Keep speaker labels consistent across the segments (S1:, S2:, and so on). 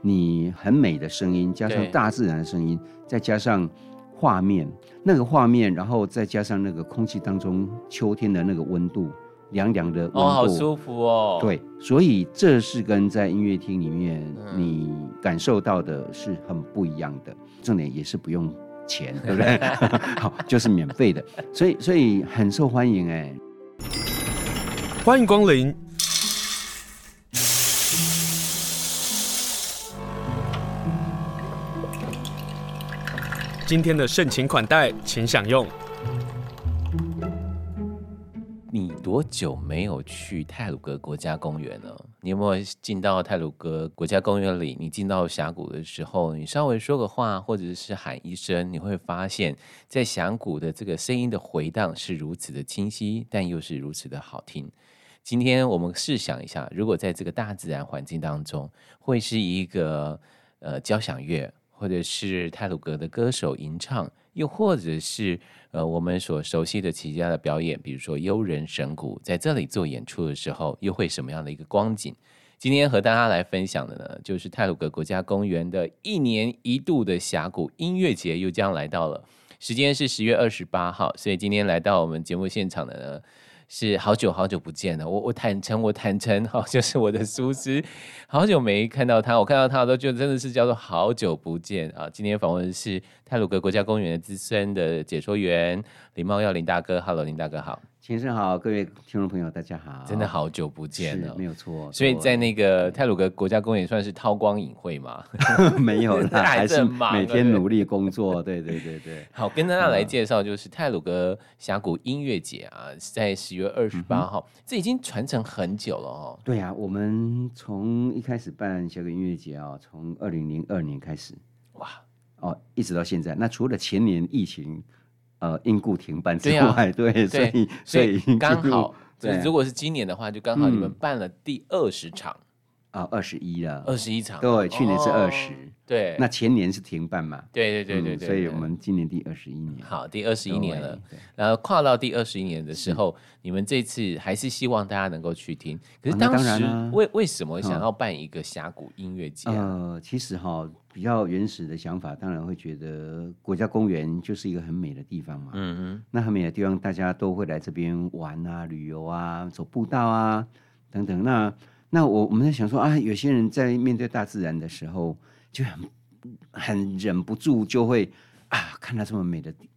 S1: 你很美的声音，加上
S2: 对
S1: 大自然的声音，再加上画面，那个画面，然后再加上那个空气当中秋天的那个温度，凉凉的温度，
S2: 哦，好舒服哦。，
S1: 对，所以这是跟在音乐厅里面
S2: 嗯
S1: 你感受到的是很不一样的，重点也是不用钱， 对不 对？好，就是免费的，所以所以很受欢迎哎。
S3: 欢迎光临。今天的盛情款待，请享用。
S2: 你多久没有去泰鲁格国家公园了？你有没有进到泰鲁格国家公园里？你进到峡谷的时候，你稍微说个话，或者是喊一声，你会发现，在峡谷的这个声音的回荡是如此的清晰，但又是如此的好听。今天我们试想一下，如果在这个大自然环境当中，会是一个呃交响乐，或者是泰鲁格的歌手吟唱，又或者是呃我们所熟悉的其他的表演，比如说悠人神鼓，在这里做演出的时候，又会什么样的一个光景？今天和大家来分享的呢，就是泰鲁格国家公园的一年一度的峡谷音乐节又将来到了，时间是十月二十八号，所以今天来到我们节目现场的呢。是好久好久不见了，我我坦诚，我坦诚，好就是我的 苏师，好久没看到他，我看到他我都觉得真的是叫做好久不见啊！今天访问的是泰鲁格国家公园的资深的解说员林茂耀林大哥，Hello 林大哥好，
S1: 先生好，各位听众朋友，大家好，
S2: 真的好久不
S1: 是
S2: 见了
S1: 没。有错。
S2: 所以
S1: 对
S2: 在那个泰鲁格国家公园算是韬光隐晦 嘛，
S1: 没有 啦，
S2: 还
S1: 还
S2: 是
S1: 是
S2: 很忙
S1: 每
S2: 对不
S1: 天
S2: 对
S1: 努力工作，对对对对。
S2: 好，跟大家来介绍，就是泰鲁格峡谷音乐节啊，在十月二十八
S1: 嗯
S2: 号，这已经传承很久了 哦。
S1: 对呀、啊，我们从一开始办小鬼音乐节啊、从二零零二年开始，
S2: 哇，
S1: 哦，一直到现在。那除了前年疫情，呃，因故停办之
S2: 对啊
S1: 外，对,、所
S2: 对
S1: 以
S2: 所
S1: 已
S2: 以
S1: 经
S2: 刚
S1: 进入
S2: 好，就
S1: 对
S2: 是
S1: 啊
S2: 如果是今年的话，就刚好你们
S1: 嗯
S2: 办了第二十场，
S1: 啊二十一了，
S2: 二十一场。
S1: 对，去年是
S2: 哦
S1: 二十、
S2: 对，
S1: 那前年是停办嘛，
S2: 对对对对
S1: 嗯
S2: 对，
S1: 所以
S2: 对
S1: 我们今年第二十一年，
S2: 好第二十一年了。
S1: 对，对
S2: 然后跨到第二十一年的时候，你们这次还是希望大家能够去听。可
S1: 啊
S2: 是
S1: 那
S2: 当
S1: 当然
S2: 时
S1: 啦
S2: 为为什么想要办一个峡谷音乐节啊？
S1: 呃，其实哈、比较原始的想法，当然会觉得国家公园就是一个很美的地方嘛。
S2: 嗯
S1: 那很美的地方，大家都会来这边玩啊、旅游啊、走步道啊等等。那那我我们在想说啊，有些人在面对大自然的时候，就很很忍不住就会啊，看到这么美的地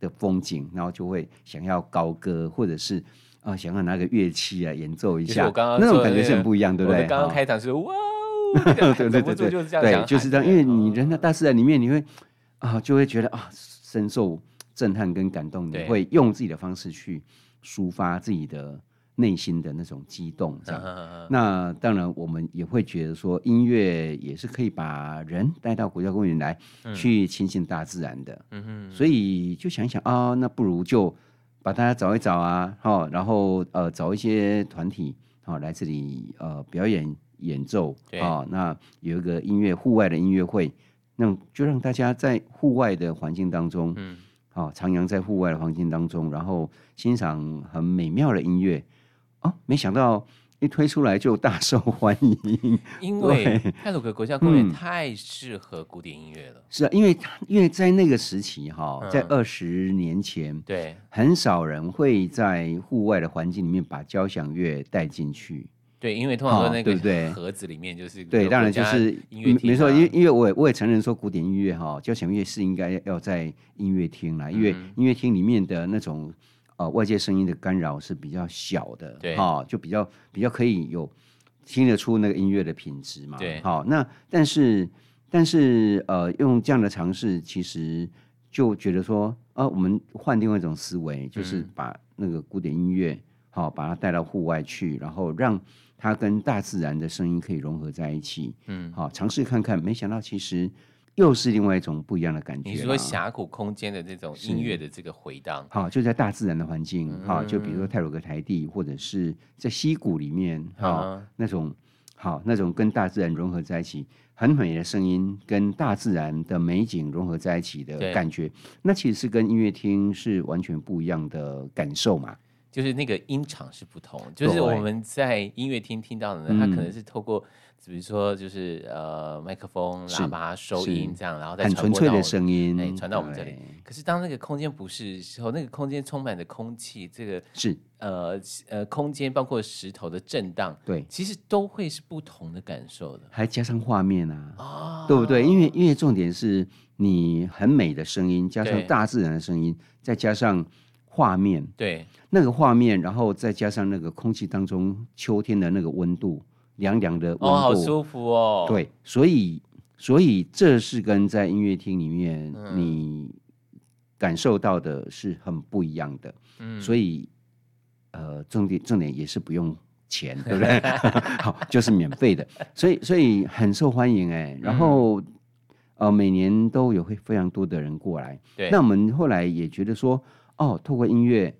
S1: 的风景，然后就会想要高歌，或者是啊、想要拿个乐器啊演奏一
S2: 就是
S1: 下，
S2: 我刚刚
S1: 那
S2: 做
S1: 种
S2: 的
S1: 感觉
S2: 那
S1: 是
S2: 个
S1: 很不一样，对不
S2: 我
S1: 对？
S2: 的刚刚
S1: 哈
S2: 开场是哇哦， 那个
S1: 对
S2: 忍
S1: 对
S2: 不
S1: 对对，
S2: 住就是这样哎想
S1: 对，
S2: 哦喊
S1: 就是这样，
S2: 出
S1: 因
S2: 来
S1: 为你人在大自然里面，你会啊，就会觉得啊，深受震撼跟感动，你
S2: 对
S1: 会用自己的方式去抒发自己的内心的那种激动，这
S2: 嗯
S1: 样。
S2: 嗯嗯嗯
S1: 那当然，我们也会觉得说，音乐也是可以把人带到国家公园来，
S2: 嗯
S1: 去亲近大自然的。
S2: 嗯哼
S1: 所以就想一想啊、那不如就把大家找一找啊，哈、然后呃找一些团体，好、来这里呃表演演奏
S2: 对
S1: 啊、那有一个音乐户外的音乐会，那就让大家在户外的环境当中，
S2: 嗯
S1: 啊、徜徉在户外的环境当中，然后欣赏很美妙的音乐啊，没想到一推出来就大受欢迎。
S2: 因为泰鲁格国家公园
S1: 嗯
S2: 太适合古典音乐了，
S1: 是啊，因为因为在那个时期哈、在
S2: 嗯
S1: 二十年前，
S2: 对
S1: 很少人会在户外的环境里面把交响乐带进去。
S2: 对，因为通常说
S1: 哦
S2: 那
S1: 对不对
S2: 个盒子里面就是
S1: 对，
S2: 有
S1: 当
S2: 国
S1: 然就
S2: 家
S1: 是
S2: 音乐
S1: 嗯
S2: 厅
S1: 没错，
S2: 啊
S1: 因为因为我也我也承认说古典音乐哈，交响乐是应该要在音乐厅啦，因为
S2: 嗯
S1: 音乐厅里面的那种呃外界声音的干扰是比较小的，
S2: 对
S1: 哈，就比较比较可以有听得出那个音乐的品质嘛，
S2: 对
S1: 好，那但是但是呃，用这样的尝试，其实就觉得说啊、我们换另外一种思维，就是
S2: 嗯
S1: 把那个古典音乐好、把它带到户外去，然后让它跟大自然的声音可以融合在一起，
S2: 嗯，
S1: 好、尝试看看，没想到其实又是另外一种不一样的感觉啦。
S2: 你说峡谷空间的这种音乐的这个回荡，
S1: 好，就在大自然的环境，
S2: 嗯
S1: 好，就比如说泰鲁格台地，或者是在溪谷里面，好
S2: 嗯
S1: 那种好那种跟大自然融合在一起，很美的声音跟大自然的美景融合在一起的
S2: 对
S1: 感觉，那其实是跟音乐厅是完全不一样的感受嘛。
S2: 就是那个音场是不同，就是我们在音乐厅听到的呢，它可
S1: 嗯
S2: 能是透过比如说就是呃麦克风、
S1: 是
S2: 喇叭收
S1: 是
S2: 音这样，然后再
S1: 很
S2: 哦传
S1: 纯
S2: 播
S1: 粹
S2: 到我
S1: 的
S2: 们
S1: 声音，
S2: 哎传到我们这里
S1: 对
S2: 可是当那个空间不是的时候，那个空间充满着空气，这个
S1: 是，
S2: 呃呃空间包括石头的震荡，
S1: 对，
S2: 其实都会是不同的感受的
S1: 还加上画面啊，
S2: 啊
S1: 对不对？因为因为重点是你很美的声音，加上
S2: 对
S1: 大自然的声音，再加上画面，
S2: 对
S1: 那个画面，然后再加上那个空气当中秋天的那个温度，凉凉的温度，
S2: 哦，好舒服哦，
S1: 对，所以所以这是跟在音乐厅里面
S2: 嗯
S1: 你感受到的是很不一样的，
S2: 嗯，
S1: 所以呃，重点重点也是不用钱，对不 对？好，就是免费的，所以所以很受欢迎哎、
S2: 嗯
S1: 然后、呃，每年都有会非常多的人过来，
S2: 对
S1: 那我们后来也觉得说，哦，透过音乐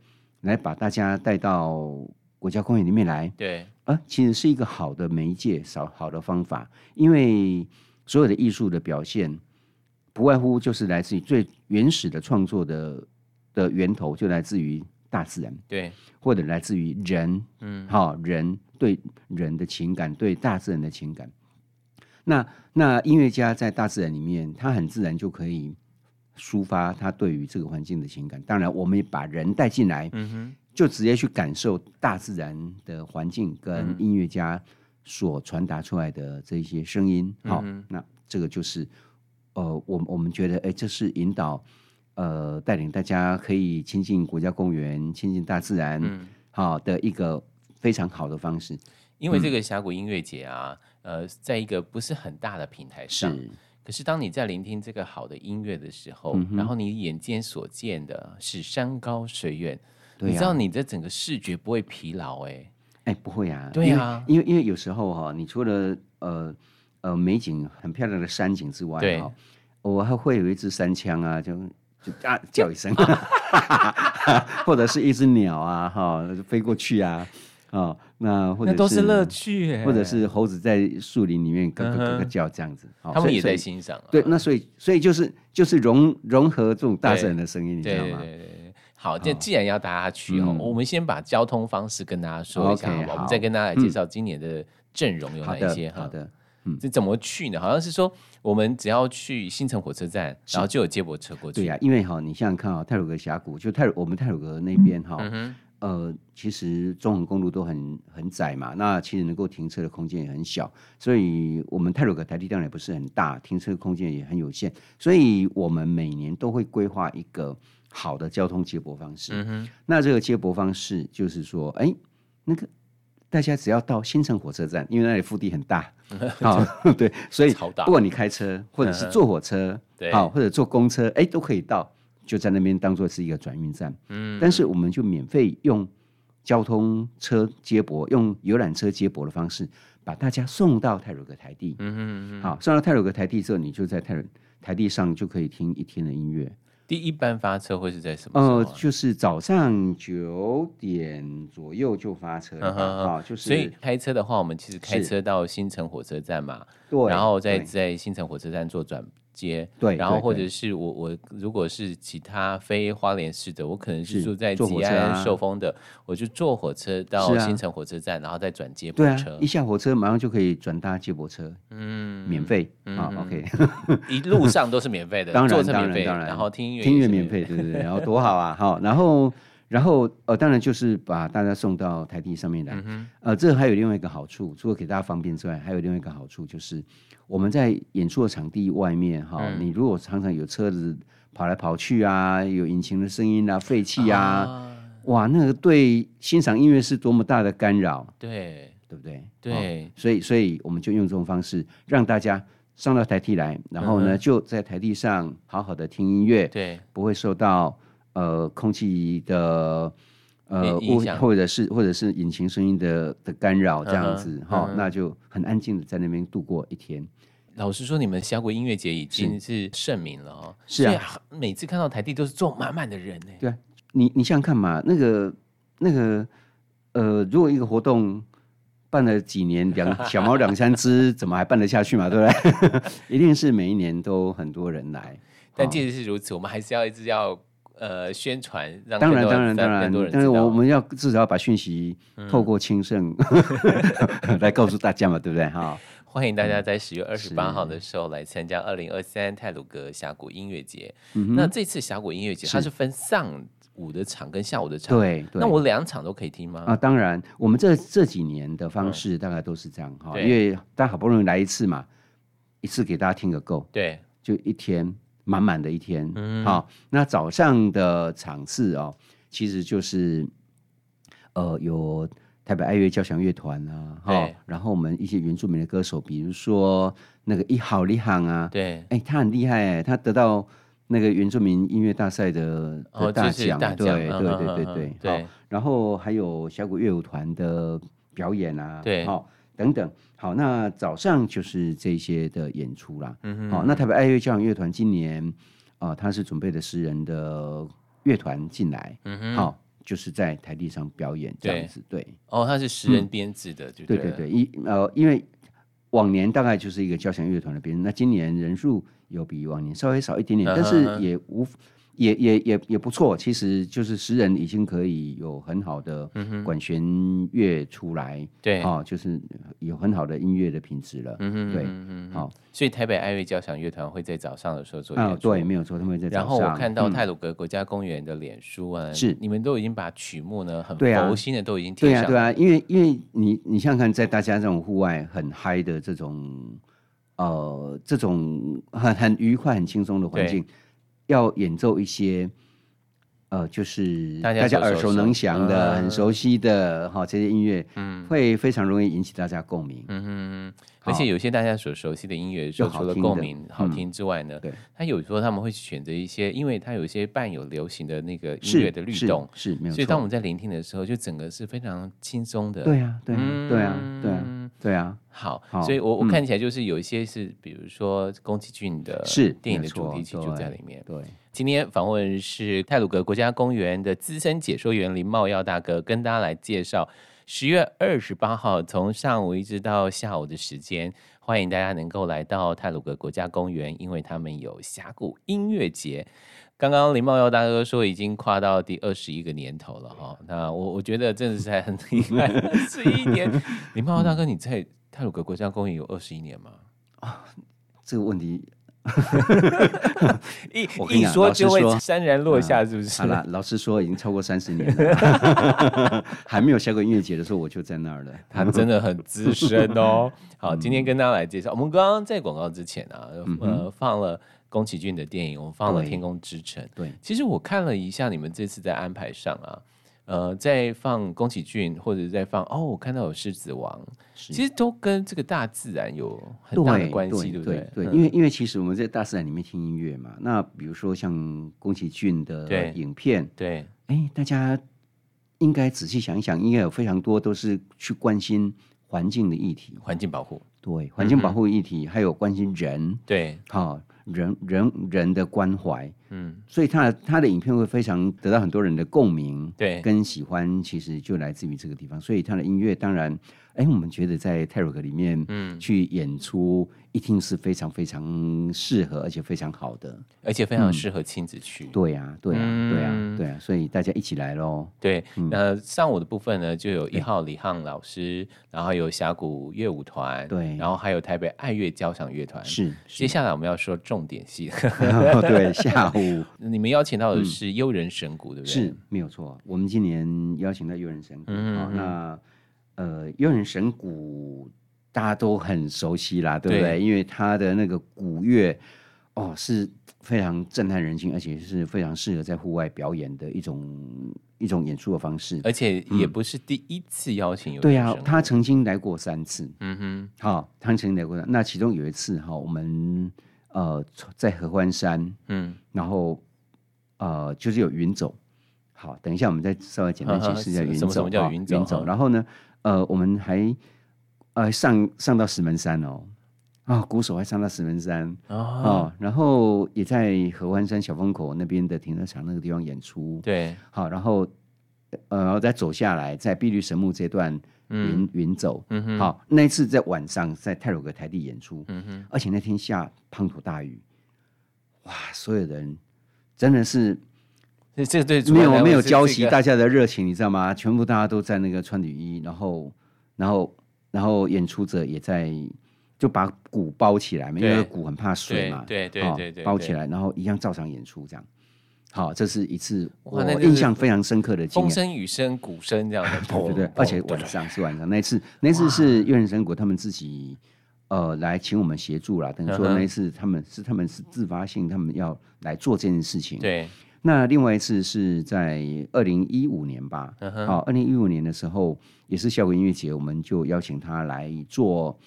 S1: 来把大家带到国家公园里面来，
S2: 对
S1: 啊，其实是一个好的媒介，少好的方法，因为所有的艺术的表现，不外乎就是来自于最原始的创作的的源头，就来自于大自然，
S2: 对，
S1: 或者来自于人，
S2: 嗯，
S1: 好、人对人的情感，对大自然的情感。那那音乐家在大自然里面，他很自然就可以抒发他对于这个环境的情感。当然，我们也把人带进来，
S2: 嗯哼，
S1: 就直接去感受大自然的环境跟
S2: 嗯
S1: 音乐家所传达出来的这一些声音。好、
S2: 嗯
S1: 那这个就是呃，我我们觉得，哎、这是引导呃，带领大家可以亲近国家公园、亲近大自然，
S2: 嗯
S1: 好、的一个非常好的方式。
S2: 因
S1: 嗯
S2: 为这个峡谷音乐节啊，呃，在一个不是很大的平台上，
S1: 是，
S2: 可是当你在聆听这个好的音乐的时候，
S1: 嗯哼
S2: 然后你眼见所见的是山高水远，
S1: 对啊
S2: 你
S1: 呀
S2: 知道你的整个视觉不会疲劳哎、
S1: 哎、不会啊，
S2: 对啊
S1: 因为因为因为有时候哈、你除了呃呃美景很漂亮的山景之外，
S2: 对
S1: 哈我还会有一支山枪啊，就就啊叫一 声，或者是一只鸟啊，哈、飞过去啊，哦，那或者
S2: 那都是乐，趣哎、
S1: 或者是猴子在树林里面咯咯咯
S2: 嗯
S1: 咯
S2: 哼
S1: 叫这样子，哦
S2: 他们
S1: 所以
S2: 也
S1: 所
S2: 在
S1: 以
S2: 欣赏、啊，
S1: 对，那所以所以就是就是融融合这种大自
S2: 对
S1: 然的声音，你知
S2: 对
S1: 道
S2: 对对
S1: 吗？
S2: 对对。好，这既然要大家去哦，
S1: 嗯
S2: 我们先把交通方式跟大家说一下
S1: OK，
S2: 好吧？我们
S1: 好嗯
S2: 再跟大家介绍今年的阵容有
S1: 好
S2: 哪一些
S1: 的，
S2: 哈。
S1: 好的，
S2: 这怎么去呢？好像是说我们只要去新城火车站，然后就有接驳车过去。
S1: 对呀、因为哈、你想想看啊、泰鲁格峡谷就泰鲁我们泰鲁格那边哈、
S2: 嗯哼，
S1: 呃，其实中横公路都很很窄嘛，那其实能够停车的空间也很小，所以我们泰鲁格台地当然也不是很大，停车空间也很有限，所以我们每年都会规划一个好的交通接驳方式。
S2: 嗯哼，
S1: 那这个接驳方式就是说，哎，那个大家只要到新城火车站，因为那里腹地很大 啊、对，所以
S2: 超大嗯
S1: 不管你开车或者是坐火车，
S2: 对
S1: 好、或者坐公车，哎，都可以到，就在那边当做是一个转运站。
S2: 嗯，
S1: 但是我们就免费用交通车接驳，用游览车接驳的方式，把大家送到泰鲁格台地。
S2: 嗯哼嗯哼，
S1: 好，送到泰鲁格台地之后，你就在泰鲁台地上就可以听一天的音乐。
S2: 第一班发车会是在什么时候
S1: 呃
S2: 啊？，
S1: 就是早上九点左右就发车了吧
S2: 嗯哼哼
S1: 啊、就是
S2: 所以开车的话，我们其实开
S1: 是
S2: 车到新城火车站嘛，
S1: 对，
S2: 然后再
S1: 对
S2: 在新城火车站做转接，
S1: 对
S2: 然后
S1: 对
S2: 或者
S1: 对
S2: 是我我如果是其他非花莲市的，我可能是
S1: 是
S2: 住在
S1: 坐火
S2: 吉
S1: 车
S2: 安
S1: 啊
S2: 寿丰的，我就坐火车到
S1: 是啊
S2: 新城火车站，然后再转接驳
S1: 对啊
S2: 车，，
S1: 一下火车马上就可以转搭接驳车，
S2: 嗯
S1: 免费啊、
S2: 嗯
S1: o k
S2: 一路上都是免费 的，
S1: 当然
S2: 坐车
S1: 当然
S2: 免费，
S1: 当然
S2: 后听音乐
S1: 听
S2: 也
S1: 乐
S2: 是
S1: 免费，对对对，然后多好啊！好，然后然后呃，当然就是把大家送到台地上面
S2: 嗯
S1: 来。呃，这还有另外一个好处，除了给大家方便之外，还有另外一个好处就是我们在演出的场地外面哈，
S2: 嗯
S1: 你如果常常有车子跑来跑去啊，有引擎的声音啊、废气啊，
S2: 啊，
S1: 哇，那个对欣赏音乐是多么大的干扰，
S2: 对
S1: 对不对？哦
S2: 对，
S1: 所以，所以我们就用这种方式让大家上到台地来，然后
S2: 嗯
S1: 呢，就在台地上好好的听音乐，
S2: 对，
S1: 不会受到呃空气的呃
S2: 影
S1: 雾
S2: 响
S1: 或者是或者是引擎声音的的干扰这样子
S2: 嗯哼
S1: 哈、
S2: 嗯哼
S1: 那就很安静的在那边度过一天。
S2: 老实说，你们峡谷音乐节已经是盛名了哦。
S1: 是啊
S2: 所以很，每次看到台地都是坐满满的人呢。
S1: 对啊，你你想想看嘛，那个那个呃，如果一个活动办了几年， 两小猫两三只，怎么还办得下去嘛？对 不对？一定是每一年都很多人来。
S2: 但
S1: 哦
S2: 即使是如此，我们还是要一直要呃宣传，让
S1: 当然，
S2: 更多
S1: 当然，当
S2: 更
S1: 然
S2: 多人，
S1: 但是
S2: 知道嗯
S1: 我我们要至少要把讯息透过清盛、 来告诉大家嘛，对不对？哈，
S2: 欢迎大家在十月二十
S1: 嗯是
S2: 八号的时候来参加二零二三泰鲁格峡谷音乐节。
S1: 嗯
S2: 那这次峡谷音乐节它是分上午的场跟下午的场，
S1: 对对。
S2: 那我两场都可以听吗？
S1: 啊，当然，我们这这几年的方式大概都是这样哈，
S2: 对
S1: 因为大家好不容易来一次嘛，一次给大家听个够，
S2: 对，
S1: 就一天满满的一天。好、
S2: 嗯
S1: 那早上的场次哦，其实就是呃有台北爱乐交响乐团啊，哈、
S2: 对
S1: 然后我们一些原住民的歌手，比如说那个一好厉害啊，
S2: 对，
S1: 哎、他很厉害哎、他得到。那个原住民音乐大赛的的
S2: 哦，
S1: 大
S2: 就是
S1: 奖，
S2: 大
S1: 对
S2: 奖，
S1: 对
S2: 嗯
S1: 对对
S2: 嗯嗯
S1: 对
S2: 嗯，
S1: 好
S2: 对，
S1: 然后还有峡谷乐舞团的表演啊，
S2: 对
S1: 好、等等。好，那早上就是这些的演出啦。嗯哼，好、那台北爱乐交响乐团今年啊、呃他是准备的诗人的乐团进来，
S2: 嗯哼，
S1: 好、就是在台地上表演这样子。对，
S2: 哦，它是十人编制的，
S1: 嗯
S2: 对
S1: 对
S2: 对
S1: 对对，一呃，因为往年大概就是一个交响乐团的编制，那今年人数有比往年稍微少一点点，
S2: 嗯哼
S1: 但
S2: 嗯
S1: 是
S2: 哼
S1: 也无也也也也不错。其实就是十人已经可以有很好的管弦乐出来，
S2: 嗯对，
S1: 哦，就是有很好的音乐的品质了。
S2: 嗯哼，
S1: 对
S2: 嗯哼嗯哼
S1: 好
S2: 所以台北爱乐交响乐团会在早上的时候做演
S1: 啊，
S2: 出，
S1: 对，没有错，他们在早
S2: 然后我
S1: 上
S2: 看到
S1: 嗯
S2: 泰鲁格国家公园的脸书啊，
S1: 是
S2: 你们都已经把曲目呢很
S1: 对啊
S2: 佛心的都已经贴
S1: 对
S2: 上
S1: 啊，对啊，
S2: 了，
S1: 因为因为你你想想看，在大家这种户外很嗨的这种呃这种很很愉快、很轻松的环境，要演奏一些呃就是
S2: 大家所
S1: 耳
S2: 熟
S1: 熟
S2: 悉
S1: 能详的、
S2: 嗯
S1: 很熟悉的哈、这些音乐，会非常容易引起大家共鸣。
S2: 嗯哼，
S1: 好
S2: 而且有些大家所熟悉的音乐，说
S1: 就好
S2: 除了
S1: 听的
S2: 共鸣好
S1: 嗯
S2: 听之外呢，
S1: 对
S2: 他有时候他们会选择一些，因为它有一些伴有流行的那个音
S1: 是
S2: 乐的律动，
S1: 是是没有
S2: 所以当我
S1: 错。
S2: 们在聆听的时候，就整个是非常轻松的。
S1: 对啊，对啊，对啊，对啊，
S2: 嗯
S1: 对啊，
S2: 好，
S1: 好
S2: 所以我我
S1: 嗯
S2: 看起来就是有一些是，比如说宫崎骏的
S1: 是
S2: 电影
S1: 没
S2: 的主
S1: 错
S2: 题曲就
S1: 对
S2: 在里面。
S1: 对。
S2: 今天访问是泰鲁格国家公园的资深解说员林茂耀大哥，跟大家来介绍十月二十八号从上午一直到下午的时间，欢迎大家能够来到泰鲁格国家公园，因为他们有峡谷音乐节。刚刚林茂耀大哥说已经跨到第二十一个年头了哈，那我我觉得真的是还很厉害，十一年。林茂耀大哥，你在泰鲁格国家公园有二十一年吗？
S1: 这个问 题
S2: 一
S1: 我跟你
S2: 一
S1: 讲
S2: 说
S1: 老实
S2: 就会
S1: 说
S2: 潸然落下，是不是？
S1: 好啦，老实说，已经超过三十年 了，还没有下过音乐节的时候，我就在那儿了。
S2: 他真的很资深哦。
S1: 嗯
S2: 好，今天跟大家来介绍，我们刚刚在广告之前啊，呃，放了宫崎骏的电影，我们放了《
S1: 对
S2: 天空之城》。
S1: 对，
S2: 其实我看了一下你们这次在安排上啊，呃，在放宫崎骏或者在放哦，我看到有《狮子王》，
S1: 是
S2: 其实都跟这个大自然有很
S1: 对
S2: 大的关系，
S1: 对
S2: 不
S1: 对，
S2: 嗯
S1: 因为因为其实我们在大自然里面听音乐嘛，那比如说像宫崎骏
S2: 对
S1: 的影片，
S2: 对
S1: 哎，大家应该仔细想一想，应该有非常多都是去关心环境的议题，
S2: 环境保护，
S1: 对，环境保护议题，还有关心人，
S2: 对，
S1: 哈、人人人的关怀，
S2: 嗯，
S1: 所以他的他的影片会非常得到很多人的共鸣，
S2: 对，
S1: 跟喜欢其实就来自于这个地方，所以他的音乐当然，哎，我们觉得在泰鲁格里面，嗯，去演出一定是非常非常适合，而且非常好的。
S2: 而且非
S1: 嗯
S2: 常适合亲子去。
S1: 对呀、对呀、啊
S2: 嗯
S1: 对呀、对呀、所以大家一起来喽。
S2: 对，
S1: 嗯
S2: 那上午的部分呢，就有一号李沆老师，然后有峡谷乐舞团，
S1: 对
S2: 然后还有台北爱乐交响乐团。
S1: 是，
S2: 接下来我们要说重点戏，
S1: 对，下午
S2: 你们邀请到的是悠人神谷，对不对？
S1: 嗯是，没有错。我们今年邀请到悠人神谷，
S2: 嗯
S1: 啊
S2: 嗯
S1: 那呃，悠人神谷大家都很熟悉啦，对不对？
S2: 对
S1: 因为他的那个鼓乐哦是非常震撼人心，而且是非常适合在户外表演的一种一种演出的方式。
S2: 而且也不是第一次邀请悠人
S1: 嗯对
S2: 神
S1: 啊
S2: 谷。，
S1: 他曾经来过三次，
S2: 嗯哼，
S1: 好、他曾经来过三。那其中有一次哈、我们呃在合欢山，
S2: 嗯，
S1: 然后呃，就是有云走。好，等一下我们再稍微简单解释一下
S2: 什么
S1: 云
S2: 什
S1: 走
S2: 么叫
S1: 啊
S2: 云走啊
S1: 然后呢，呃，我们还呃上上到石门山哦，啊、鼓手还上到石门山
S2: 哦，
S1: 哦，然后也在合欢山小风口那边的停车场那个地方演出。
S2: 对，
S1: 好，然后呃，然后再走下来，在碧绿神木这段云、云走。
S2: 嗯哼，
S1: 好，那一次在晚上在泰鲁格台地演出，
S2: 嗯哼，
S1: 而且那天下滂沱大雨，哇，所有人真的是
S2: 这这对主
S1: 没
S2: 办单
S1: 有
S2: 位
S1: 没有
S2: 是
S1: 浇
S2: 这
S1: 熄
S2: 个
S1: 大家的热情，你知道吗？全部大家都在那个穿雨衣，然后然后然后演出者也在就把鼓包起来嘛，因为那
S2: 对
S1: 个鼓很怕水嘛，
S2: 对对对
S1: 哦
S2: 对对
S1: 包
S2: 对
S1: 起来，然后一样照常演出这样。好，这是一次
S2: 哇
S1: 我
S2: 那就是
S1: 印象非常深刻的经
S2: 风
S1: 验。
S2: 声、雨哦声、鼓声这样的，
S1: 对对对
S2: 砰，
S1: 而且
S2: 砰
S1: 晚上是晚上那一次，那一次是乐人神国他们自己呃来请我们协助啦，等于说
S2: 嗯哼
S1: 那一次他们是他们是自发性，他们要来做这件事情。
S2: 对，
S1: 那另外一次是在二零一五年吧，
S2: 嗯哼
S1: 好、二零一五年的时候也是效果音乐节，我们就邀请他来做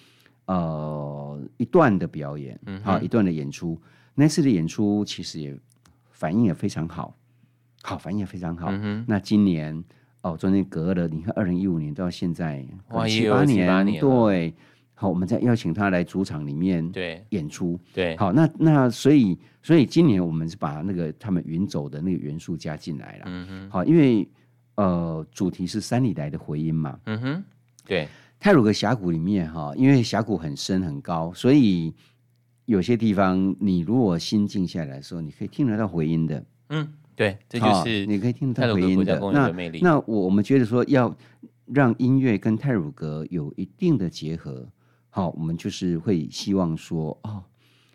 S1: 呃一段的表演，
S2: 嗯
S1: 好、
S2: 哼
S1: 一段的演出。那次的演出其实也反应也非常好，好反应也非常好。
S2: 嗯哼，
S1: 那今年哦，中间隔了你看二零一五年到现在
S2: 哇
S1: 呃
S2: 也
S1: 七
S2: 有
S1: 八
S2: 七
S1: 年，
S2: 八年了
S1: 对，好，我们再邀请他来主场里面
S2: 对
S1: 演出，
S2: 对，
S1: 好，那那所以所以今年我们是把那个他们云走的那个元素加进来了。
S2: 嗯哼，
S1: 好，因为呃主题是山里来的回音嘛，
S2: 嗯哼，对，
S1: 泰鲁格峡谷里面哈，因为峡谷很深很高，所以有些地方你如果心静下来的时候，你可以听得到回音的。
S2: 嗯，对，这就
S1: 好
S2: 是
S1: 你可以听得
S2: 泰
S1: 到
S2: 鲁
S1: 回
S2: 格
S1: 音
S2: 国家
S1: 的。
S2: 公园的
S1: 那
S2: 魅力。
S1: 那我我们觉得说要让音乐跟泰鲁格有一定的结合，好，我们就是会希望说哦，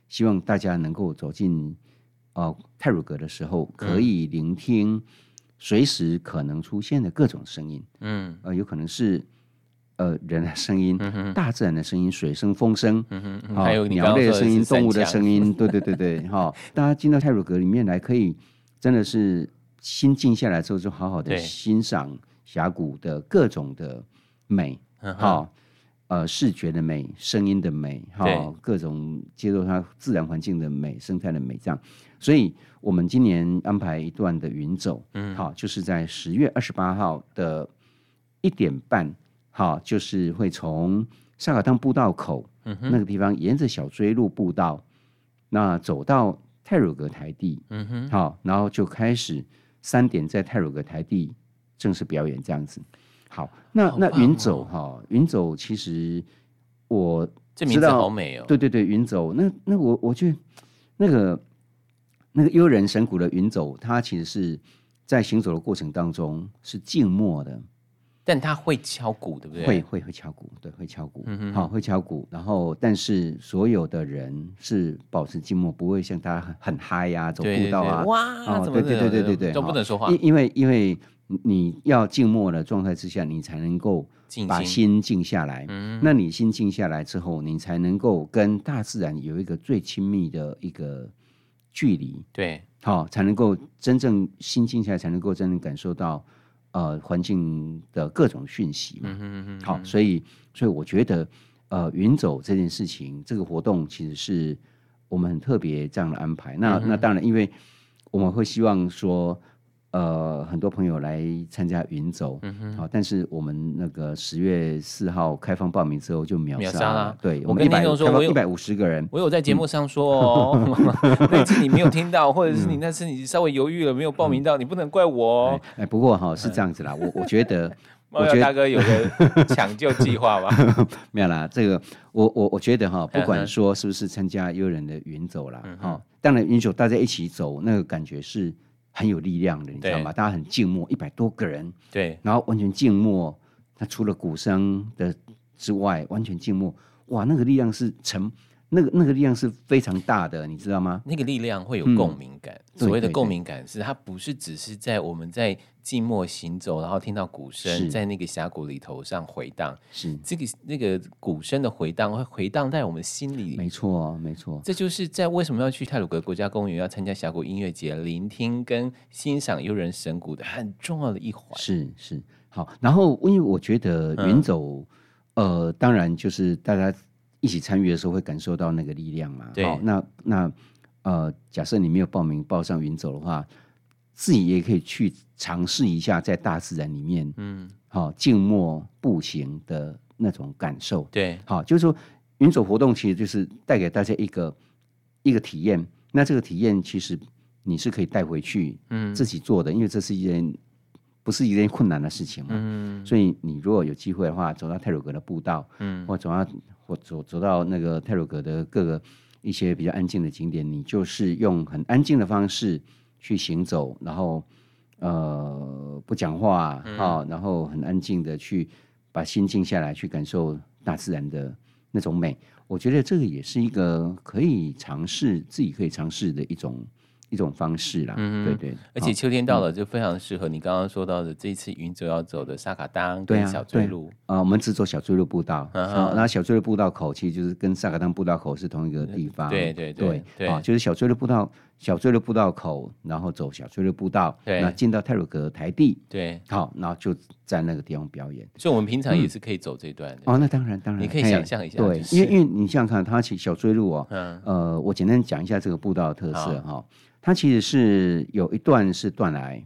S1: 希望大家能够走进呃泰鲁格的时候，
S2: 嗯
S1: 可以聆听随时可能出现的各种声音，
S2: 嗯
S1: 呃，有可能是呃人的声音、
S2: 嗯哼，
S1: 大自然的声音、水声、风声。
S2: 嗯哼，嗯
S1: 好
S2: 还有你刚
S1: 哦鸟
S2: 刚
S1: 类
S2: 说
S1: 的声音、
S2: 是三
S1: 动物的
S2: 强
S1: 声，音，对对对对，哈、大家进到泰鲁格里面来，可以真的是心静下来之后，就好好
S2: 对
S1: 的欣赏峡谷的各种的美，
S2: 嗯哼
S1: 哈、呃，视觉的美，声音的美，哈、
S2: 对
S1: 各种接受它自然环境的美、生态的美，这样。所以我们今年安排一段的云走，
S2: 嗯
S1: 好、就是在十月二十八号的一点半，好、就是会从萨卡当步道口。
S2: 嗯
S1: 那
S2: 哼，
S1: 个地方沿着小追路步道，那走到泰鲁格台地，
S2: 嗯哼，
S1: 好，然后就开始三点在泰鲁格台地正式表演这样子。好，那
S2: 好
S1: 那
S2: 棒
S1: 云走
S2: 哦
S1: 哈、云走其实我
S2: 这名字
S1: 知道
S2: 好美哦。
S1: 对对对云走，那那我我觉得那个那个悠人神谷的云走，它其实是在行走的过程当中是静默的，
S2: 但他会敲鼓，对不对？
S1: 会，会会敲鼓，对，会敲鼓，
S2: 嗯哼
S1: 好，会敲鼓。然后，但是所有的人是保持静默，不会像大家很很嗨呀、走
S2: 对
S1: 步
S2: 对对，
S1: 道啊，
S2: 哇，
S1: 哦
S2: 怎
S1: 对
S2: 么
S1: 对
S2: 的
S1: 对对对对
S2: 都不
S1: 好
S2: 能说话，
S1: 因因为因为你你要静默的状态之下，你才能够
S2: 静
S1: 把
S2: 心，
S1: 心静下来。
S2: 嗯，
S1: 那你心静下来之后，你才能够跟大自然有一个最亲密的一个距离，
S2: 对，
S1: 好、才能够真正心静下来，才能够真正感受到呃环境的各种讯息嘛。
S2: 嗯哼嗯哼，
S1: 好，所以所以我觉得，呃，云走这件事情，这个活动其实是我们很特别这样的安排。
S2: 嗯
S1: 那、那当然，因为我们会希望说，呃，很多朋友来参加云走，
S2: 嗯哼。
S1: 好、但是我们那个十月四号开放报名之后就秒
S2: 秒
S1: 杀
S2: 杀啦
S1: 了，对，
S2: 我
S1: 们
S2: 跟
S1: 一百
S2: 听众说
S1: 开
S2: 我
S1: 放
S2: 有
S1: 一百五十个人，
S2: 我有在
S1: 嗯
S2: 节目上说哦， 那次你没有听到，或者是你
S1: 嗯
S2: 那次你稍微犹豫了，没有报名到，你不能怪我哦
S1: 哎。哎，不过哈、是这样子啦，我我觉得哎
S2: 猫
S1: 我
S2: 药
S1: 觉得
S2: 大哥 有个抢救计划吧？
S1: 没有啦，这个我我我觉得哈，不
S2: 嗯哼嗯
S1: 管说是不是参加悠人的云走啦，哈、当然云走大家一起走，那个感觉是很有力量的，你知道吗？大家很静默，一百多个人，
S2: 对，
S1: 然后完全静默，它除了鼓声的之外，完全静默，哇，那个力量是成那个那个力量是非常大的，你知道吗？
S2: 那个力量会有
S1: 嗯
S2: 共鸣感。
S1: 对
S2: 所谓的
S1: 对
S2: 共鸣感是，它不是只是在我们在静默行走，然后听到鼓声
S1: 是
S2: 在那个峡谷里头上回荡，
S1: 是，
S2: 这个那个鼓声的回荡会回荡在我们心里
S1: 没错，没错，
S2: 这就是在为什么要去泰鲁格国家公园要参加峡谷音乐节，聆听跟欣赏悠人神鼓的很重要的一环。
S1: 是是好。然后因为我觉得
S2: 嗯
S1: 云走，呃，当然就是大家一起参与的时候会感受到那个力量嘛。
S2: 对
S1: 好那那呃，假设你没有报名报上云走的话，自己也可以去尝试一下在大自然里面，
S2: 嗯，
S1: 好、静默步行的那种感受。
S2: 对，
S1: 好，就是说云走活动其实就是带给大家一个一个体验。那这个体验其实你是可以带回去
S2: 嗯
S1: 自己做的，因为这是一件不是一件困难的事情嘛。
S2: 嗯
S1: 所以你如果有机会的话，走到泰鲁格的步道，
S2: 嗯，
S1: 或走到或走走到那个泰鲁格的各个一些比较安静的景点，你就是用很安静的方式去行走，然后呃不讲话
S2: 嗯
S1: 啊、然后很安静的去把心静下来，去感受大自然的那种美。我觉得这个也是一个可以尝试，自己可以尝试的一种一种方式啦。
S2: 嗯
S1: 对对，
S2: 而且
S1: 哦
S2: 秋天到了，就非常适合你刚刚说到的这一次云走要走的沙卡当
S1: 对
S2: 跟
S1: 啊
S2: 小追
S1: 对
S2: 路，
S1: 啊、我们只走小追路步道，
S2: 嗯哼
S1: 啊、那小追路步道口其实就是跟萨卡当步道口是同一个地方，
S2: 嗯对对对
S1: 对
S2: 对
S1: 啊、就是小追路步道，小追路步道口，然后走小追路步道，
S2: 对
S1: 那进到泰鲁格台地，
S2: 对，
S1: 好，然后就在那个地方表演。
S2: 所以我们平常
S1: 嗯
S2: 也是可以走这一段的。
S1: 哦，那当然当然，
S2: 你可以
S1: 嘿
S2: 想象一下
S1: 对
S2: 就，是
S1: 因为因为你想想看，它其实小追路哦，
S2: 嗯，
S1: 呃，我简单讲一下这个步道的特色
S2: 好
S1: 哈、它其实是有一段是断崖，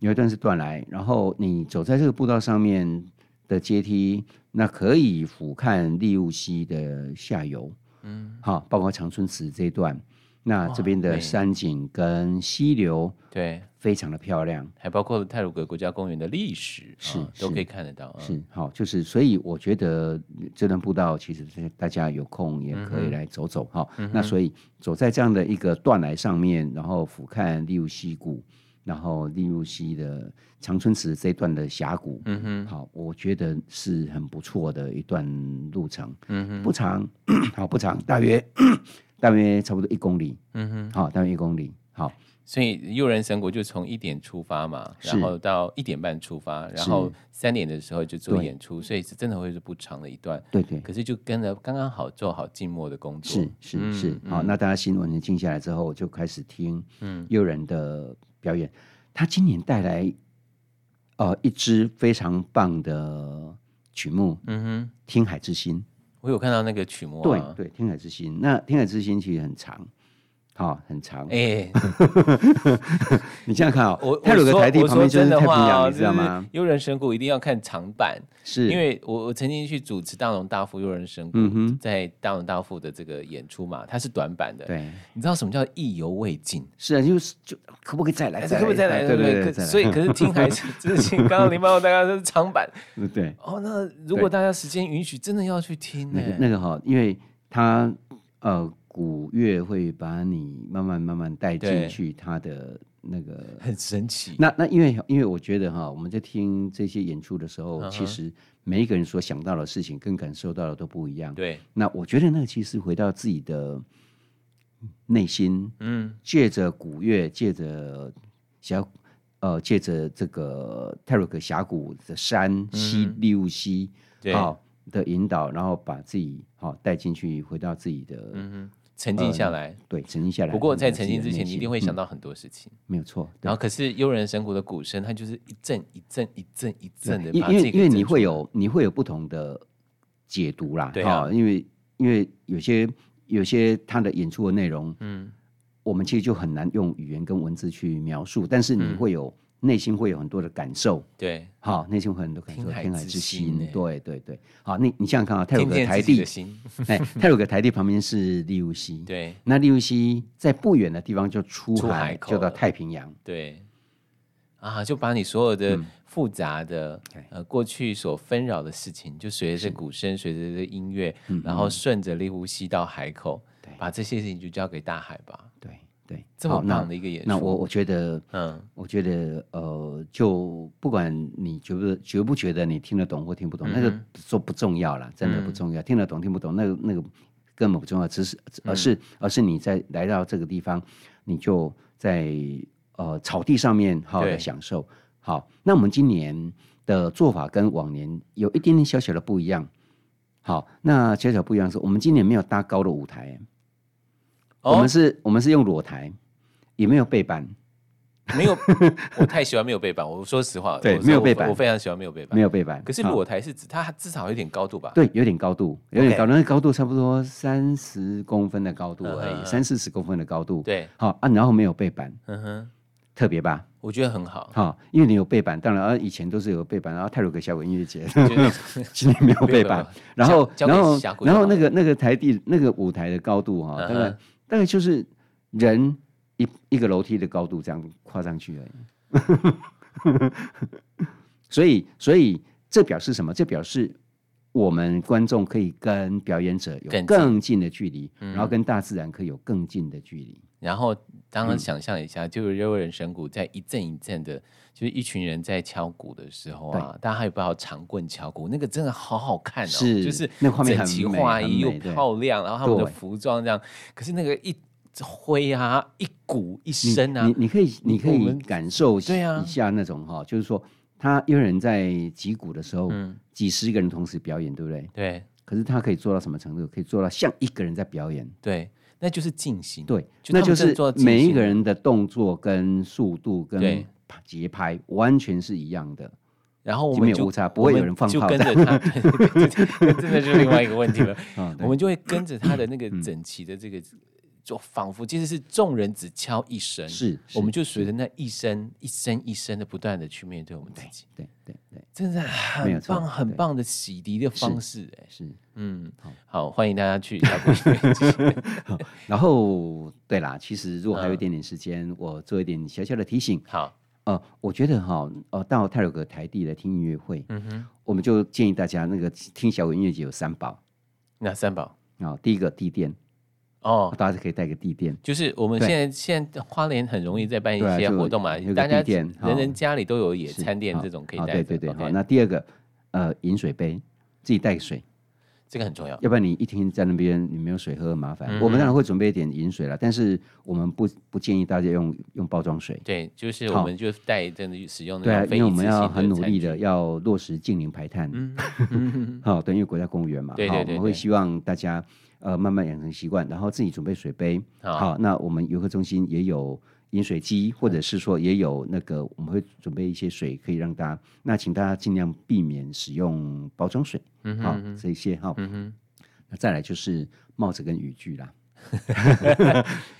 S1: 有一段是断崖，然后你走在这个步道上面的阶梯，那可以俯瞰利物溪的下游，嗯，好、包括长春池这一段，那这边
S2: 哇美
S1: 的山景跟溪流
S2: 对，
S1: 非常的漂亮。
S2: 还包括了泰鲁格国家公园的历史，
S1: 是
S2: 啊都
S1: 是
S2: 可以看得到。啊
S1: 是，好，就是所以我觉得这段步道其实是大家有空也可
S2: 嗯
S1: 以来走走哈、那所以走在这样的一个断崖上面，然后俯瞰利物溪谷，然后利物溪的长春池这一段的峡谷，
S2: 嗯哼，
S1: 好，我觉得是很不错的一段路程，
S2: 嗯哼，
S1: 不长，好不长，大约 大约差不多一公里，
S2: 嗯哼。
S1: 好，大约一公里，好，
S2: 所以诱人神国就从一点出发嘛，
S1: 是
S2: 然后到一点半出发，然后三点的时候就做
S1: 对
S2: 演出，所以是真的会是不长的一段。
S1: 对对。
S2: 可是就跟着刚刚好做嗯好静默的工作，
S1: 是是是，好，那大家心稳静下来之后，就开始听
S2: 嗯
S1: 诱人的表演。他今年带来呃一支非常棒的曲目《
S2: 嗯
S1: 听海之心
S2: 哼，我有看到那个曲目、
S1: 对
S2: 啊，
S1: 对，《听海之心》那《听海之心》其实很长，好、很长。
S2: 对，哎、
S1: 你想想看
S2: 我
S1: 哦
S2: 我，
S1: 泰鲁格
S2: 说
S1: 台地
S2: 我
S1: 旁边
S2: 说
S1: 就是
S2: 真的
S1: 太平
S2: 话
S1: 洋，
S2: 哦
S1: 你知道
S2: 就是
S1: 吗？
S2: 诱人神谷一定要看长版，
S1: 是，
S2: 因为我我曾经去主持大龙大富诱人神谷，
S1: 嗯哼，
S2: 在大龙大富的这个演出嘛，它是短版的，
S1: 对，
S2: 你知道什么叫意犹未尽？
S1: 是啊，就是就可不可以再来？
S2: 可不可以再来？
S1: 哎对
S2: 对
S1: 对对，
S2: 可
S1: 再来
S2: 所以可是听还 是就是听刚刚林爸爸大概是长版
S1: 嗯对。
S2: 哦。那如果大家时间允许，真的要去听欸呢、
S1: 那个那个哈，因为它呃古乐会把你慢慢慢慢带
S2: 对
S1: 进去它的那个。
S2: 很神奇。
S1: 那那因为因为我觉得哈，我们在听这些演出的时
S2: 嗯
S1: 候，其实每一个人所想到的事情跟感受到的都不一样。
S2: 对，
S1: 那我觉得那个其实回到自己的内心，
S2: 嗯，
S1: 借着古乐，借着峡，呃，借着这个泰鲁格峡谷的山溪
S2: 嗯
S1: 利物溪，
S2: 对
S1: 好、的引导，然后把自己好、带进去，回到自己的、
S2: 沉
S1: 呃
S2: 浸下来。
S1: 对沉浸下来。
S2: 嗯不过在
S1: 回到自
S2: 沉
S1: 己
S2: 浸
S1: 的
S2: 之
S1: 内
S2: 前，你一
S1: 心
S2: 定会
S1: 嗯
S2: 想到很多事情。
S1: 没有错。对
S2: 然后，可是悠人神谷的鼓声，它就是一阵一阵一阵一阵的，
S1: 因
S2: 把
S1: 因
S2: 这
S1: 为
S2: 个
S1: 因为
S2: 震
S1: 你
S2: 出
S1: 会
S2: 来
S1: 有你会有不同的解读啦，
S2: 对啊
S1: 哈因为因为有些有些他的演出的内容，
S2: 嗯
S1: 嗯，我们其实就很难用语言跟文字去描述，但是你
S2: 嗯
S1: 会有、内心会有很多的感受，
S2: 对
S1: 好，内心会有很多感受，
S2: 听海
S1: 天海
S2: 之
S1: 之
S2: 心
S1: 心
S2: 欸，
S1: 对对对，好，你你想想看啊，泰鲁
S2: 听
S1: 格
S2: 见
S1: 台
S2: 自己
S1: 地
S2: 的，心，
S1: 哎，泰鲁格台地旁边是利物溪，
S2: 对
S1: 那利物溪在不远的地方就出
S2: 出海
S1: 海，
S2: 口
S1: 就到
S2: 了
S1: 太平洋，
S2: 对。啊，就把你所有
S1: 嗯
S2: 的复杂的、
S1: 对
S2: 呃过去所纷扰的事情，就随着鼓声，随着这音乐，
S1: 嗯
S2: 然后顺着猎呼吸到海口，
S1: 对
S2: 把这些事情就交给大海吧。
S1: 对对，
S2: 这么
S1: 好那
S2: 棒的一个演出，
S1: 那我我觉得
S2: 嗯
S1: 我觉得呃，就不管你觉不觉不觉得你听得懂或听不
S2: 嗯
S1: 懂，那个说不重要啦，真的不重要。听得懂听不懂，那个那个根本不重要，只是
S2: 嗯
S1: 而是、而是你在来到这个地方，你就在呃草地上面好好
S2: 对
S1: 的享受。好，那我们今年的做法跟往年有一点点小小的不一样。好，那小小不一样是，我们今年没有搭高的舞台，我
S2: 哦
S1: 们是我们是用裸台，也没有背板。
S2: 没有，我太喜欢没有背板。我说实话，
S1: 对
S2: 我
S1: 没有
S2: 我
S1: 背板
S2: 我非常喜欢没有背板。
S1: 没有背板，
S2: 可是
S1: 好
S2: 裸台是指它至少有点高度吧？
S1: 对，有点高度，有点
S2: OK
S1: 高度，那高度差不多三十公分的高度而
S2: 嗯嗯嗯
S1: 已，三四十公分的高度。，
S2: 对，
S1: 好啊，然后没有背板，
S2: 嗯哼，
S1: 特别吧？
S2: 我觉得很好，
S1: 好，因为你有背板，当然啊，以前都是有背板，然后泰鲁格峡谷音乐节，
S2: 就是
S1: 今天没有背板，然后
S2: 交交给
S1: 然后
S2: 峡谷就
S1: 然
S2: 好
S1: 后那
S2: 了
S1: 个那个台地那个舞台的高度哈，
S2: 嗯
S1: 大
S2: 哼
S1: 概大概就是人一一个楼梯的高度这样跨上去而已。 所以所以这表示什么？这表示我们观众可以跟表演者有
S2: 更近嗯
S1: 更近的距离，然后跟大自然可以有更近的距离。
S2: 然后当
S1: 嗯
S2: 然想象一下，就是热人神鼓在一阵一阵的，就是一群人在敲鼓的时候啊，大家还有把长棍敲鼓，那个真的好好看哦，
S1: 是
S2: 就是
S1: 那画面
S2: 整
S1: 很
S2: 齐
S1: 美
S2: 划
S1: 很
S2: 一又
S1: 美对
S2: 漂亮，然后他们的
S1: 对
S2: 服装这样，可是那个一挥啊，一鼓一
S1: 你
S2: 声啊
S1: 你，你可以你可
S2: 我
S1: 以
S2: 们
S1: 感受
S2: 对啊
S1: 一下那种哈、就是说他一个人在击鼓的时候，
S2: 嗯，
S1: 几十个人同时表演，对不对？
S2: 对
S1: 可是他可以做到什么程度？可以做到像一个人在表演，
S2: 对，那就是尽兴，
S1: 对，
S2: 他
S1: 那
S2: 们
S1: 就
S2: 真的
S1: 是
S2: 做到尽
S1: 每一
S2: 兴
S1: 个人的动作跟速度跟
S2: 对
S1: 节拍完全是一样的。
S2: 然后我
S1: 就
S2: 们
S1: 没有
S2: 就
S1: 误差不
S2: 我
S1: 会有
S2: 们
S1: 人放
S2: 就
S1: 炮
S2: 跟
S1: 的
S2: 着他， 对对对真的是另外一个问题 了。
S1: 啊，
S2: 我们就会跟着他的那个
S1: 嗯
S2: 整齐的这个，就仿佛其实是众人只敲一声，
S1: 是是
S2: 我们就随着那一声一声一声的不断的去面对我们自己，
S1: 对对对，
S2: 真的
S1: 没
S2: 很
S1: 有错
S2: 棒很
S1: 对
S2: 棒的洗涤的方式，哎，
S1: 是。
S2: 嗯，好，欢迎大家去小谷
S1: 然后对啦，其实如果还有一
S2: 嗯
S1: 点点时间，我做一点小小的提醒。
S2: 好，
S1: 呃，我觉得哈，呃，到泰鲁格台地来听音乐会，
S2: 嗯哼，
S1: 我们就建议大家那个听小鬼音乐节有三宝
S2: 那三宝
S1: 啊、第一个地垫，
S2: 哦。
S1: 大家可以带个地垫，
S2: 就是我们
S1: 对
S2: 现在现在花莲很容易在办一
S1: 对啊
S2: 些
S1: 就
S2: 活动嘛
S1: 有，个
S2: 大家
S1: 地垫
S2: 人人
S1: 好
S2: 家里都有野
S1: 是
S2: 餐垫
S1: 好
S2: 这种可以
S1: 好
S2: 带
S1: 对
S2: 着
S1: 对对，哦
S2: OK
S1: 好。那第二个，呃，饮水杯，自己带水，
S2: 这个很重要。
S1: 要不然你一天在那边你没有水喝很麻烦。
S2: 嗯
S1: 我们当然会准备一点饮水啦，但是我们不不建议大家用用包装水。
S2: 对，就是我
S1: 好
S2: 们就带真的使嗯用
S1: 对
S2: 那
S1: 啊，
S2: 种
S1: 因
S2: 非
S1: 为
S2: 一
S1: 我
S2: 次性
S1: 们
S2: 的
S1: 要很努力的
S2: 餐具，
S1: 要落实净零排碳。
S2: 嗯嗯嗯
S1: 好、对，因为国家公务员嘛，
S2: 对
S1: 好
S2: 对
S1: 我
S2: 对
S1: 们会
S2: 对
S1: 希望大家呃慢慢养成习惯，然后自己准备水杯。
S2: 嗯好
S1: 那我们游客中心也有饮水机，或者是说也有那个我们会准备一些水可以让大家，那请大家尽量避免使用包装水，
S2: 嗯
S1: 好、
S2: 哼
S1: 这一些哈。
S2: 嗯哼，
S1: 那再来就是帽子跟雨具 啦。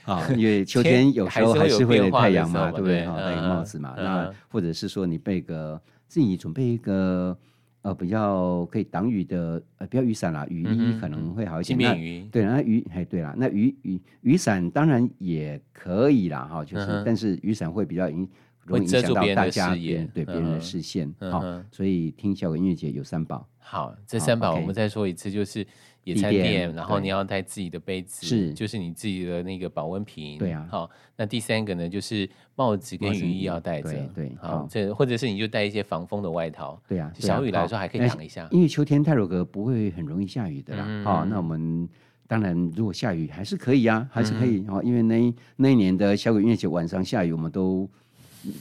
S1: 啊，因为秋天有时候
S2: 还
S1: 还
S2: 是
S1: 是会
S2: 会有
S1: 有
S2: 变化
S1: 太
S2: 的
S1: 阳
S2: 时候
S1: 嘛，
S2: 嘛
S1: 对不对？
S2: 对
S1: 哈，戴个
S2: 嗯
S1: 帽子嘛，
S2: 嗯
S1: 那或者是说你备个自己准备一个呃比较可以挡雨的呃，不要雨伞啦，雨
S2: 嗯
S1: 衣
S2: 哼
S1: 可能会好一些。
S2: 轻
S1: 那
S2: 便鱼，
S1: 对，那雨哎对啦，那雨雨雨伞当然也可以啦，哈，就
S2: 嗯
S1: 是
S2: 哼
S1: 但是雨伞会比较影容
S2: 会
S1: 易影
S2: 遮
S1: 响
S2: 住
S1: 到
S2: 别人
S1: 大
S2: 的
S1: 家
S2: 视
S1: 别人
S2: 野
S1: 对别人
S2: 嗯
S1: 的
S2: 哼
S1: 视线，
S2: 嗯
S1: 好
S2: 哼，
S1: 所以听小鬼音乐节有三宝。
S2: 好，这
S1: 好
S2: 三宝我
S1: ，OK
S2: 们再说一次，就是野
S1: 地
S2: 餐
S1: 垫
S2: 垫，然后
S1: 对
S2: 你要带自己的杯子，
S1: 是
S2: 就是你自己的那个保温瓶，
S1: 对啊
S2: 好，那第三个呢，就是帽子跟
S1: 帽子
S2: 雨
S1: 雨
S2: 衣要带着
S1: 对，对
S2: 好
S1: 好，
S2: 这或者是你就带一些防风的外套，
S1: 对啊，对啊
S2: 小雨来的时候
S1: 好
S2: 还可以
S1: 那
S2: 挡一下
S1: 因为秋天泰鲁格不会很容易下雨的啦。
S2: 嗯
S1: 好、那我们当然如果下雨还是可以啊，还是
S2: 嗯
S1: 可以哦，因为那一那一年的小鬼音乐节晚上下雨，我们都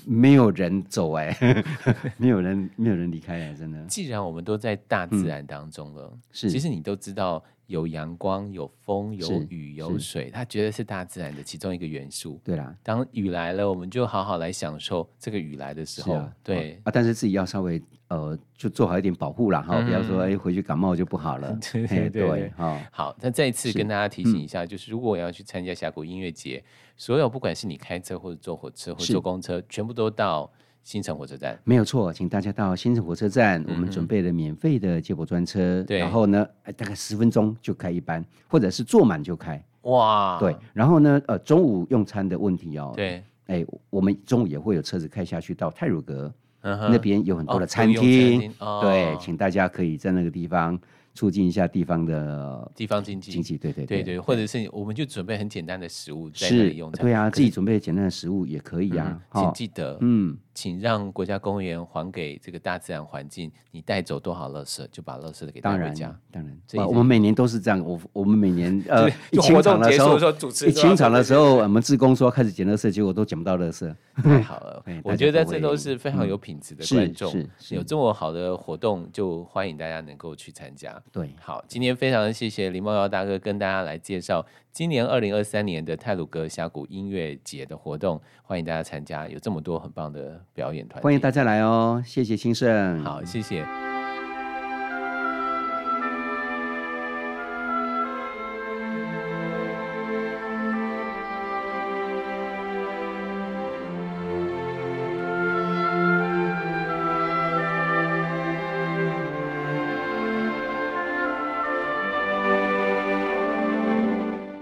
S1: 没有人走哎、 没有人没有人离开哎、真的
S2: 既然我们都在大自然当中了，
S1: 嗯是
S2: 其实你都知道有阳光、有风、有
S1: 是
S2: 雨、有水，它绝对是大自然的其中一个元素。
S1: 对啦。
S2: 当雨来了，我们就好好来享受这个雨来的
S1: 是
S2: 时候。
S1: 啊，
S2: 对，，
S1: 啊，但是自己要稍微呃，就做好一点保护啦，哈、不要说哎、回去感冒就不好了
S2: 嗯 对对
S1: 嘿
S2: 对对
S1: 对，哈、
S2: 好，那再一次
S1: 是嗯
S2: 跟大家提醒一下，就是如果我要去参加峡谷音乐节，所有不管是你开车或者坐火车或
S1: 是
S2: 坐公车，全部都到新城火车站。
S1: 没有错，请大家到新城火车站，我们准备了免费的接驳专车，
S2: 嗯对
S1: 然后呢，哎大概十分钟就开一班，或者是坐满就开，
S2: 哇，
S1: 对，然后呢，呃，中午用餐的问题哦，，
S2: 啊对，
S1: 哎，我们中午也会有车子开下去到泰鲁格、
S2: 嗯
S1: 那
S2: 哼，
S1: 边有很多
S2: 哦
S1: 的餐
S2: 有用
S1: 厅，
S2: 餐厅哦
S1: 对，请大家可以在那个地方促进一下地方的
S2: 地方经济，
S1: 经济，对对
S2: 对
S1: 对
S2: 对，或者是我们就准备很简单的食物在那
S1: 是
S2: 里用，餐。
S1: 对啊，
S2: 可
S1: 自
S2: 是
S1: 己准备简单的食物也可以
S2: 嗯
S1: 啊，
S2: 请
S1: 哈，
S2: 记得，
S1: 嗯。
S2: 请让国家公园还给这个大自然环境，你带走多少垃圾就把垃圾给带
S1: 当
S2: 回
S1: 然
S2: 家。，
S1: 当然
S2: 这一，
S1: 我
S2: 点
S1: 们每年都是这样。我我们每 年呃，一
S2: 就
S1: 清
S2: 活
S1: 场
S2: 动
S1: 的
S2: 结
S1: 时
S2: 束
S1: 候
S2: 的时候，主持
S1: 一
S2: 人
S1: 清场
S2: 说
S1: 的时候，我们志工说开始捡垃圾，结果都捡不到垃圾。
S2: 太好了
S1: 哎，
S2: 我
S1: 大
S2: 觉
S1: 家
S2: 得
S1: 都
S2: 这
S1: 会嗯
S2: 都是非常有品质的
S1: 是
S2: 观众
S1: 是，是
S2: 有这么好的活动，就欢迎大家能够去参加。
S1: 对，
S2: 好，今天非常谢谢林茂尧大哥跟大家来介绍今年二零二三年的泰鲁格峡谷音乐节的活动，欢迎大家参加，有这么多很棒的表演团体，
S1: 欢迎大家来哦，谢谢兴盛。
S2: 好，谢谢。